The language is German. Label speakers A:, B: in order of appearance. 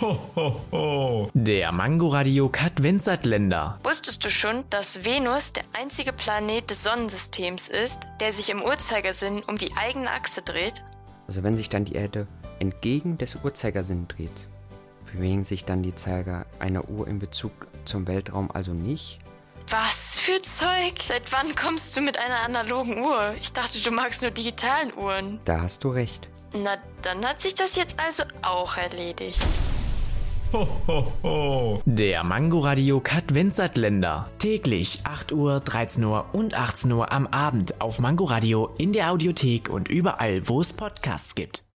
A: Ho, ho, ho. Der Mangoradiokat Radiokart Winzertländer.
B: Wusstest du schon, dass Venus der einzige Planet des Sonnensystems ist, der sich im Uhrzeigersinn um die eigene Achse dreht?
C: Also wenn sich dann die Erde entgegen des Uhrzeigersinns dreht, bewegen sich dann die Zeiger einer Uhr in Bezug zum Weltraum also nicht?
B: Was für Zeug? Seit wann kommst du mit einer analogen Uhr? Ich dachte, du magst nur digitalen Uhren.
C: Da hast du recht.
B: Na, dann hat sich das jetzt also auch erledigt.
A: Ho, ho, ho. Der Mangoradio Kat Winzertländer.
D: Täglich 8 Uhr, 13 Uhr und 18 Uhr am Abend auf Mangoradio in der Audiothek und überall, wo es Podcasts gibt.